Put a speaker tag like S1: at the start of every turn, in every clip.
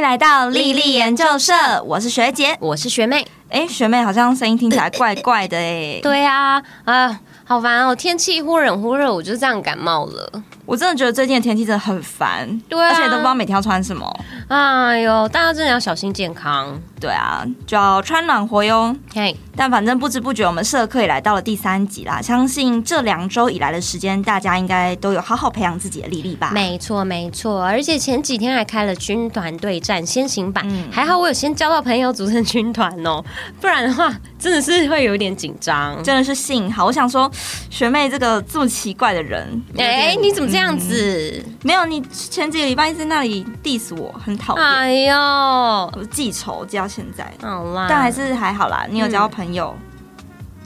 S1: 来到丽丽研究社，我是学姐。
S2: 我是学妹。
S1: 哎，学妹好像声音听起来怪怪的哎，
S2: 对啊，啊，好烦哦！天气忽冷忽热，我就这样感冒了。
S1: 我真的觉得最近的天气真的很烦，
S2: 对啊
S1: 而且都不知道每天要穿什么。
S2: 哎呦，大家真的要小心健康。
S1: 对啊，就要穿暖和哟。
S2: 嘿，
S1: 但反正不知不觉，我们社课也来到了第三集啦。相信这两周以来的时间，大家应该都有好好培养自己的丽丽吧？
S2: 没错没错，而且前几天还开了军团对战先行版，
S1: 嗯
S2: 还好我有先交到朋友组成军团哦，不然的话真的是会有点紧张。
S1: 真的是幸好，我想说，学妹这个这么奇怪的人，
S2: 哎、你怎么这样子？
S1: 没有你前几个礼拜一直在那里 diss 我，很讨厌，
S2: 哎呦，好
S1: 我记仇记到现在，
S2: 啦，
S1: 但还是还好啦。你有交到朋友，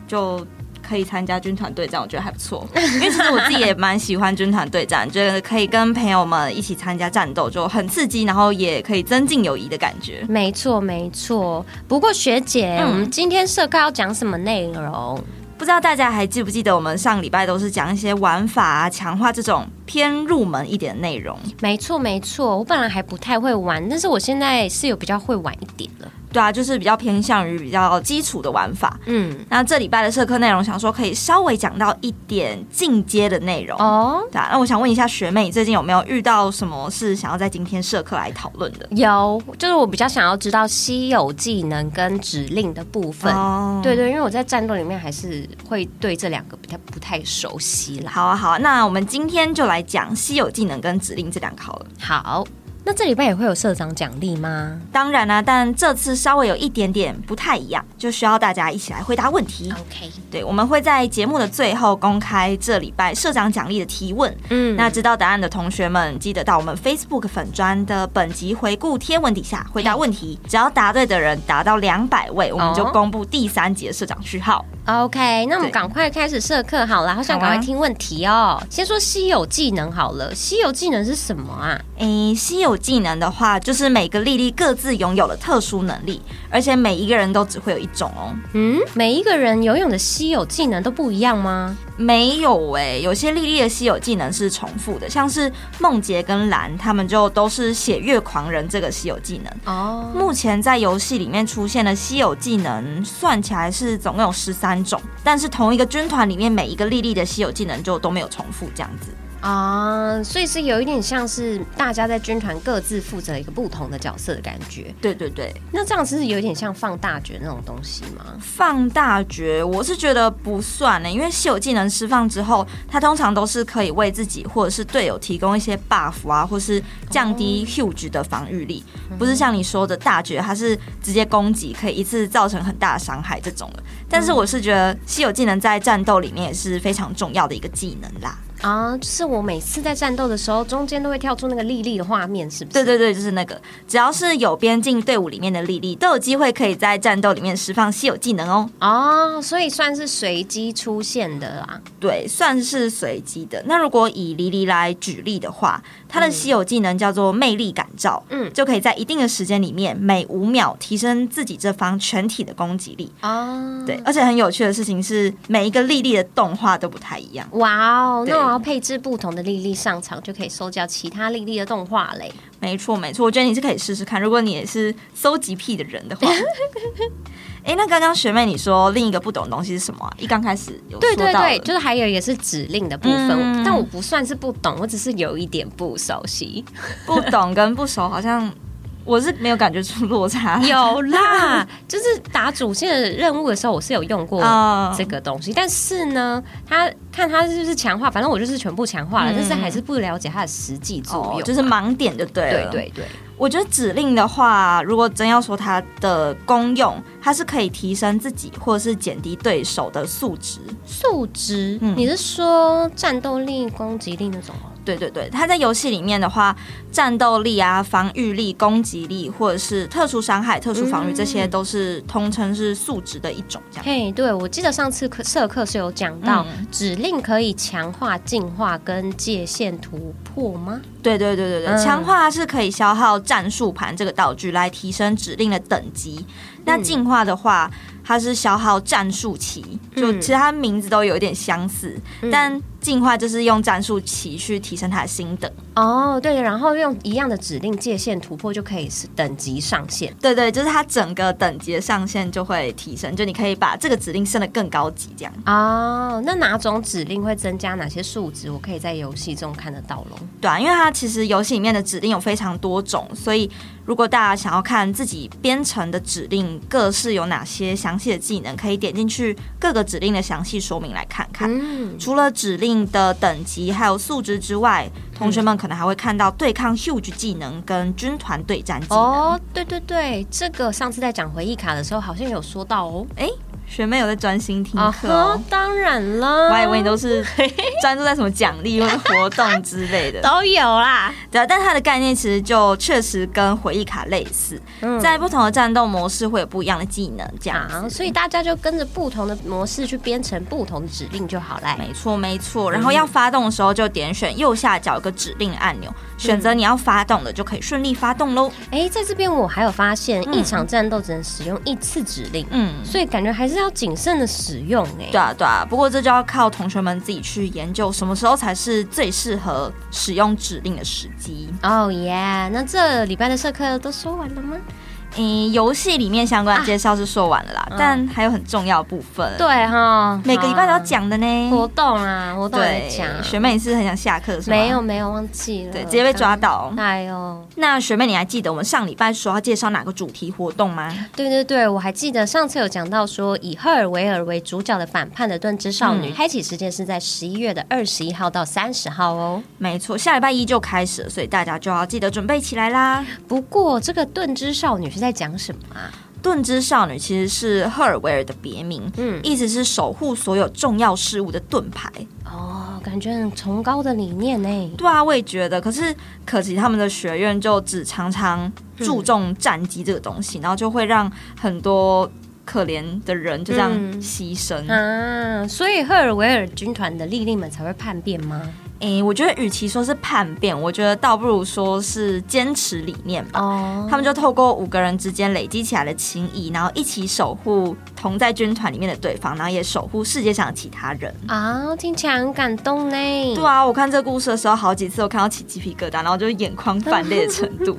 S1: 就可以参加军团对战，我觉得还不错。因为其实我自己也蛮喜欢军团对战，觉得可以跟朋友们一起参加战斗，就很刺激，然后也可以增进友谊的感觉。
S2: 没错没错。不过学姐，
S1: 嗯
S2: 我们今天社课要讲什么内容？
S1: 不知道大家还记不记得，我们上礼拜都是讲一些玩法啊、强化这种偏入门一点的内容。
S2: 没错没错，我本来还不太会玩，但是我现在是有比较会玩一点了。
S1: 对啊，就是比较偏向于比较基础的玩法。
S2: 嗯，
S1: 那这礼拜的社科内容，想说可以稍微讲到一点进阶的内容。
S2: 哦，
S1: 对啊，那我想问一下学妹，你最近有没有遇到什么是想要在今天社课来讨论的？
S2: 有，就是我比较想要知道稀有技能跟指令的部分。
S1: 哦
S2: 对对，因为我在战斗里面还是会对这两个比较不太熟悉啦。
S1: 好啊好啊，那我们今天就来讲稀有技能跟指令这两个好了。
S2: 好，那这礼拜也会有社长奖励吗
S1: 当然啦、但这次稍微有一点点不太一样，就需要大家一起来回答问题。
S2: ？OK，
S1: 对，我们会在节目的最后公开这礼拜社长奖励的提问。
S2: 嗯，
S1: 那知道答案的同学们，记得到我们 Facebook 粉专的本集回顾贴文底下回答问题。只要答对的人达到两百位，我们就公布第三节社长序号。
S2: OK，那我们
S1: 对
S2: 赶快开始社课好了，好想
S1: 好啊
S2: 赶快听问题哦。先说稀有技能好了，稀有技能是什么啊？
S1: 诶、稀有技能的话，就是每个莉莉各自拥有的特殊能力，而且每一个人都只会有一种哦。
S2: 嗯，每一个人游泳的稀有技能都不一样吗？
S1: 没有诶、有些莉莉的稀有技能是重复的，像是梦洁跟蓝，他们就都是血月狂人这个稀有技能。
S2: 哦，
S1: 目前在游戏里面出现的稀有技能算起来是总共有十三种，但是同一个军团里面每一个莉莉的稀有技能就都没有重复这样子。
S2: 啊，所以是有一点像是大家在军团各自负责一个不同的角色的感觉。
S1: 对对对，
S2: 那这样子是有点像放大决那种东西吗？
S1: 放大决我是觉得不算欸呢、因为稀有技能释放之后，它通常都是可以为自己或者是队友提供一些 buff 啊，或是降低 huge 的防御力，不是像你说的大绝，它是直接攻击，可以一次造成很大的伤害这种的。但是我是觉得稀有技能在战斗里面也是非常重要的一个技能啦。
S2: 啊，就是我每次在战斗的时候，中间都会跳出那个莉莉的画面，是不是？
S1: 对对对，就是那个，只要是有边境队伍里面的莉莉，都有机会可以在战斗里面释放稀有技能哦。
S2: 哦，所以算是随机出现的啦。
S1: 对，算是随机的。那如果以莉莉来举例的话，她的稀有技能叫做魅力感召，
S2: 嗯
S1: 就可以在一定的时间里面，每五秒提升自己这方全体的攻击力。
S2: 哦，
S1: 对，而且很有趣的事情是，每一个莉莉的动画都不太一样。
S2: 哇哦，那
S1: 对
S2: 我要配置不同的莉莉上场，就可以收集到其他莉莉的动画嘞。
S1: 没错，没错，我觉得你是可以试试看，如果你也是搜集癖的人的 话。哎，那刚刚学妹你说另一个不懂的东西是什么、啊？一刚开始有
S2: 对
S1: 说
S2: 对
S1: 到
S2: 对，
S1: 了
S2: 就是还有也是指令的部分，
S1: 嗯
S2: 但我不算是不懂，我只是有一点不熟 悉。
S1: 不懂跟不熟好像我是没有感觉出落差。
S2: 有啦，就是打主线的任务的时候，我是有用过
S1: 啊
S2: 这个东西，但是呢，它看它是不是强化，反正我就是全部强化了，
S1: 嗯
S2: 但是还是不了解它的实际作用啊、
S1: 哦，就是盲点就对
S2: 对
S1: 了。，
S2: 对对，
S1: 我觉得指令的话，如果真要说它的功用，它是可以提升自己或者是减低对手的素质。
S2: 数值，
S1: 嗯
S2: 你是说战斗力、攻击力那种哦？
S1: 对对对，它在游戏里面的话，战斗力啊、防御力、攻击力或者是特殊伤害、特殊防御，
S2: 嗯
S1: 这些都是通称是数值的一种。这样，
S2: 嘿对，我记得上次课社课是有讲到、
S1: 嗯
S2: 指令可以强化、进化跟界限突破吗？
S1: 对对对对对，
S2: 嗯
S1: 强化是可以消耗战术盘这个道具来提升指令的等级。那进化的话，它是消耗战术旗，就
S2: 嗯
S1: 其实它名字都有一点相似，但进化就是用战术棋去提升它的星等。
S2: 哦，对，然后用一样的指令界限突破就可以是等级上限。
S1: 对对，就是它整个等级的上限就会提升，就你可以把这个指令升得更高级，这样。
S2: 哦，那哪种指令会增加哪些数值？我可以在游戏中看得到喽。
S1: 对啊，因为它其实游戏里面的指令有非常多种，所以如果大家想要看自己编程的指令各式有哪些详细的技能，可以点进去各个指令的详细说明来看看。
S2: 嗯，
S1: 除了指令的等级还有数值之外，同学们可能还会看到对抗 huge 技能跟军团对战技能。
S2: 哦，对对对，这个上次在讲回忆卡的时候好像有说到哦。
S1: 学妹有在专心听课哎
S2: 呵
S1: 哦。
S2: 当然啦，
S1: 我还以为你都是专注在什么奖励或者活动之类的，
S2: 都有啦。
S1: 对啊，但它的概念其实就确实跟回忆卡类似，
S2: 嗯啊
S1: 在不同的战斗模式会有不一样的技能，这样
S2: 好，
S1: 子。
S2: 所以大家就跟着不同的模式去编成不同的指令就好啦。
S1: 没错，没
S2: 嗯
S1: 错。然后要发动的时候，就点选右下角有个指令按钮，
S2: 嗯
S1: 选择你要发动的，就可以顺利发动喽。
S2: 哎，在这边我还有发现，一场战斗只能使用一次指令，
S1: 嗯，
S2: 所以感觉还是要谨慎的使用哎。
S1: 对啊，对啊。不过这就要靠同学们自己去研究，什么时候才是最适合使用指令的时机。
S2: 哦耶！那这礼拜的社课都说完了吗？
S1: 嗯，游戏里面相关的介绍是说完了啦，
S2: 啊嗯
S1: 但还有很重要的部分，，
S2: 对哈，
S1: 每个礼拜都要讲的呢。
S2: 活动啊，活动也
S1: 对
S2: 讲，，
S1: 学妹你是很想下课是吗？
S2: 没有，没有忘记了，
S1: 对，直接被抓到。
S2: 哎呦，
S1: 那学妹，你还记得我们上礼拜说要介绍哪个主题活动吗？
S2: 对对对，我还记得上次有讲到说，以赫尔维尔为主角的反叛的盾之少女，开启时间是在十一月的二十一号到三十号哦。
S1: 没错，下礼拜一就开始了，所以大家就要记得准备起来啦。
S2: 不过这个盾之少女是在讲什么啊？
S1: 盾之少女其实是赫尔维尔的别名，
S2: 嗯
S1: 嗯，意思是守护所有重要事物的盾牌。
S2: 哦，感觉很崇高的理念呢。
S1: 对啊，我也觉得，可是可惜他们的学院就只常常注重战机这个东西，然后就会让很多可怜的人就这样
S2: 嗯
S1: 牺牲。诶、
S2: 啊，所以赫尔维尔军团的吏吏们才会叛变吗？
S1: 我觉得与其说是叛变，我觉得倒不如说是坚持理念吧。
S2: 哦，
S1: 他们就透过五个人之间累积起来的情谊，然后一起守护同在军团里面的对方，然后也守护世界上的其他人。
S2: 啊，听起来很感动呢。
S1: 对啊，我看这个故事的时候，好几次我看到起鸡皮疙瘩，然后就眼眶泛泪的程 度。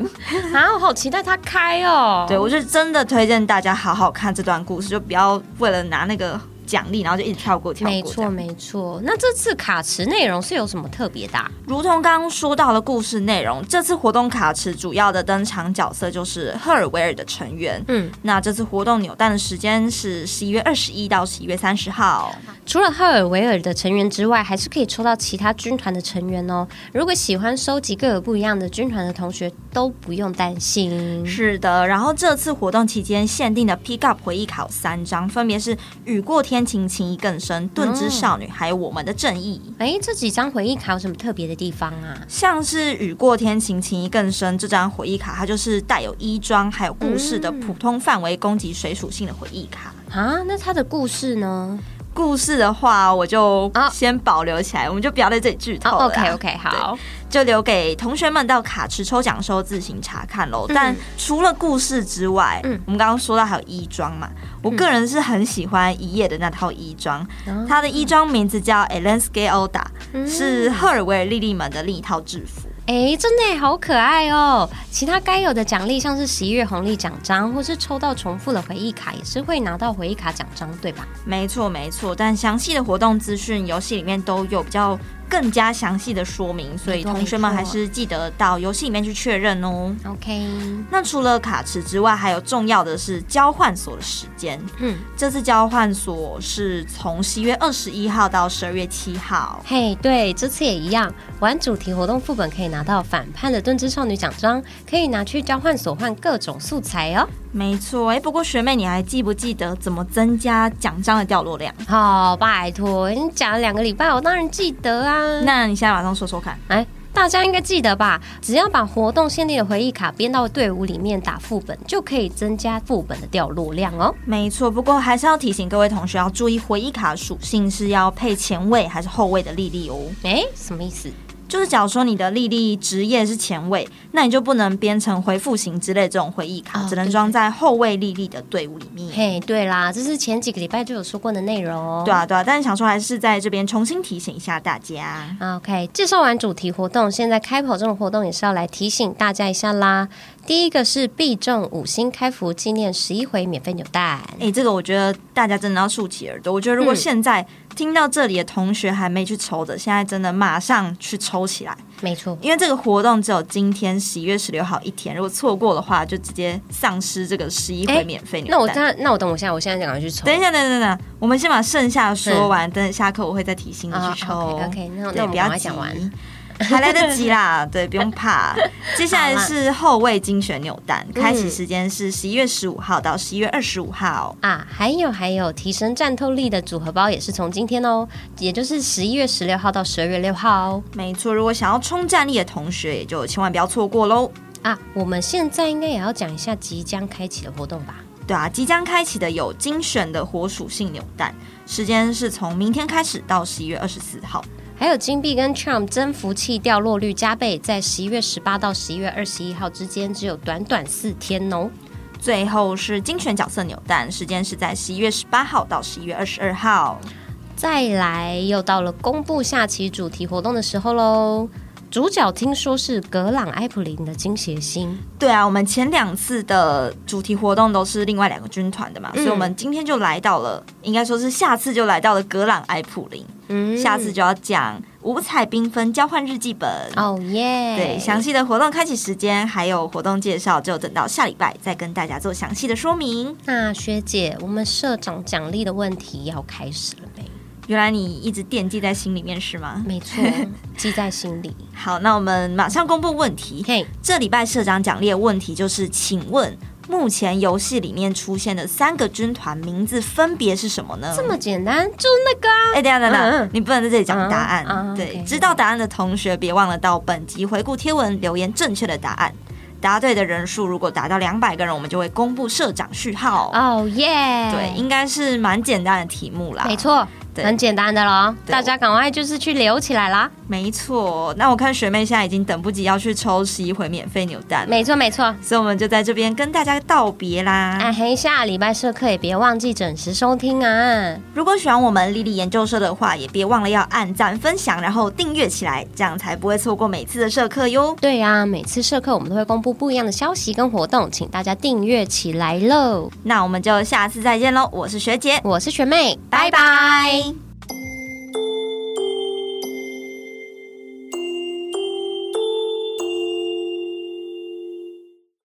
S2: 啊，我好期待它开哦。
S1: 对，我就真的推荐大家好好看这段故事，就不要为了拿那个奖励，然后就一直跳过跳
S2: 没
S1: 过这
S2: 错
S1: 样。
S2: 没错。那这次卡池内容是有什么特别的、啊？
S1: 如同刚刚说到的故事内容，这次活动卡池主要的登场角色就是赫尔维尔的成员。
S2: 嗯，
S1: 那这次活动扭蛋的时间是十一月二十一到十一月三十号。
S2: 除了赫尔维尔的成员之外，还是可以抽到其他军团的成员哦。如果喜欢收集各个不一样的军团的同学，都不用担心。
S1: 是的，然后这次活动期间限定的 Pick Up 回忆卡有三张，分别是《雨过天晴，情谊更深》《盾之少女》还有《我们的正义》。
S2: 哎，这几张回忆卡有什么特别的地方啊？
S1: 像是《雨过天晴，情谊更深》这张回忆卡，它就是带有衣装还有故事的普通范围攻击水属性的回忆卡。
S2: 啊，那他的故事呢？
S1: 故事的话，我就
S2: 啊
S1: 先保留起来，我们就不要在这里剧透了啦。
S2: o k OK，好，
S1: 就留给同学们到卡池抽奖的时候自行查看喽。但除了故事之外，
S2: 嗯
S1: 我们刚刚说到还有衣装嘛，我个人是很喜欢一夜的那套衣装，
S2: 嗯
S1: 它的衣装名字叫 Elenske Oda，、
S2: 嗯
S1: 是赫尔维尔莉莉们的另一套制服。
S2: 哎，真的耶好可爱哦！其他该有的奖励，像是十一月红利奖章，或是抽到重复的回忆卡，也是会拿到回忆卡奖章，对吧？
S1: 没错，没错，但详细的活动资讯游戏里面都有比较更加详细的说明，所以
S2: 没错
S1: 同学们
S2: 没错
S1: 还是记得到游戏里面去确认哦。
S2: OK，
S1: 那除了卡池之外，还有重要的是交换所的时间。
S2: 嗯，
S1: 这次交换所是从十一月二十一号到十二月七号。
S2: 嘿、对，这次也一样，玩主题活动副本可以拿到反叛的盾之少女奖章，可以拿去交换所换各种素材哦。
S1: 没错，哎，不过学妹，你还记不记得怎么增加奖章的掉落量？
S2: 好、拜托，你讲了两个礼拜，我当然记得啊。
S1: 那你现在马上说说看。
S2: 哎，大家应该记得吧？只要把活动限定的回忆卡编到队伍里面打副本，就可以增加副本的掉落量哦。
S1: 没错，不过还是要提醒各位同学要注意回忆卡属性是要配前卫还是后卫的莉莉哦。
S2: 哎，什么意思？
S1: 就是假如说你的历历职业是前卫，那你就不能编成回复型之类这种回忆卡，
S2: 哦
S1: 只能装在后卫历历的队伍里面。
S2: 嘿，对啦，这是前几个礼拜就有说过的内容哦。
S1: 对啊，对啊，但是想说还是在这边重新提醒一下大家。
S2: OK，介绍完主题活动，现在开跑这种活动也是要来提醒大家一下啦。第一个是必中五星开服纪念十一回免费扭蛋，
S1: 哎、这个我觉得大家真的要竖起耳朵。我觉得如果
S2: 嗯
S1: 现在听到这里的同学还没去抽的，现在真的马上去抽起来，
S2: 没错，
S1: 因为这个活动只有今天十一月十六号一天，如果错过的话，就直接丧失这个十一
S2: 诶
S1: 回免费扭
S2: 哎那
S1: 蛋。
S2: 我这样，那我等我现在，我现在赶快去抽。
S1: 等一下，等一下，等一下，我们先把剩下的说完，等下课我会再提醒你去抽。哦
S2: o k 嗯那那
S1: 对，
S2: 我们
S1: 不
S2: 赶
S1: 要
S2: 快
S1: 急
S2: 讲完。，
S1: 还来得及啦，对，不用 怕。接下来是后卫精选扭蛋，
S2: 嗯
S1: 开始时间是十一月十五号到十一月二十五号。
S2: 啊，还有还有，提升战斗力的组合包也是从今天哦，也就是十一月十六号到十二月六号哦。
S1: 没错，如果想要冲战力的同学，也就千万不要错过喽。
S2: 啊，我们现在应该也要讲一下即将开启的活动吧？
S1: 对啊，即将开启的有精选的火属性扭蛋，时间是从明天开始到十一月二十四号。
S2: 还有金币跟 Charm 增幅器掉落率加倍，在十一月十八到十一月二十一号之间，只有短短四天哦。
S1: 最后是精选角色扭蛋，时间是在十一月十八号到十一月二十二号。
S2: 再来，又到了公布下期主题活动的时候喽。主角听说是格朗埃普林的金鞋星，
S1: 对啊，我们前两次的主题活动都是另外两个军团的嘛，
S2: 嗯
S1: 所以我们今天就来到了，应该说是下次就来到了格朗埃普林，
S2: 嗯
S1: 下次就要讲五彩缤纷交换日记本。
S2: 哦耶，
S1: 对，详细的活动开启时间还有活动介绍，就等到下礼拜再跟大家做详细的说明。
S2: 那学姐，我们社长奖励的问题要开始了没？
S1: 原来你一直惦记在心里面是吗？
S2: 没 错，记在心里。
S1: 好，那我们马上公布问题。
S2: 嘿，
S1: 这礼拜社长奖励的问题就是，请问目前游戏里面出现的三个军团名字分别是什么呢？
S2: 这么简单，就是那个啊。
S1: 哎、等一下等一
S2: 嗯
S1: 下
S2: 嗯，
S1: 你不能在这里讲答案。
S2: 嗯嗯
S1: 对
S2: OK
S1: 知道答案的同学别忘了到本集回顾贴文留言正确的答案。答对的人数如果达到两百个人，我们就会公布社长序号。
S2: 哦耶，
S1: 对，应该是蛮简单的题目啦。
S2: 没，错，
S1: 对
S2: 很简单的咯。
S1: 对
S2: 大家赶快就是去留起来啦。
S1: 没错。那我看学妹现在已经等不及要去抽十一回免费扭蛋了，
S2: 没错，没错。
S1: 所以我们就在这边跟大家道别啦。
S2: 哎嘿，下礼拜社课也别忘记准时收听啊！
S1: 如果喜欢我们莉莉研究社的话，也别忘了要按赞、分享，然后订阅起来，这样才不会错过每次的社课哟。
S2: 对呀、每次社课我们都会公布不一样的消息跟活动，请大家订阅起来喽！
S1: 那我们就下次再见喽，我是学姐，
S2: 我是学妹，
S1: 拜拜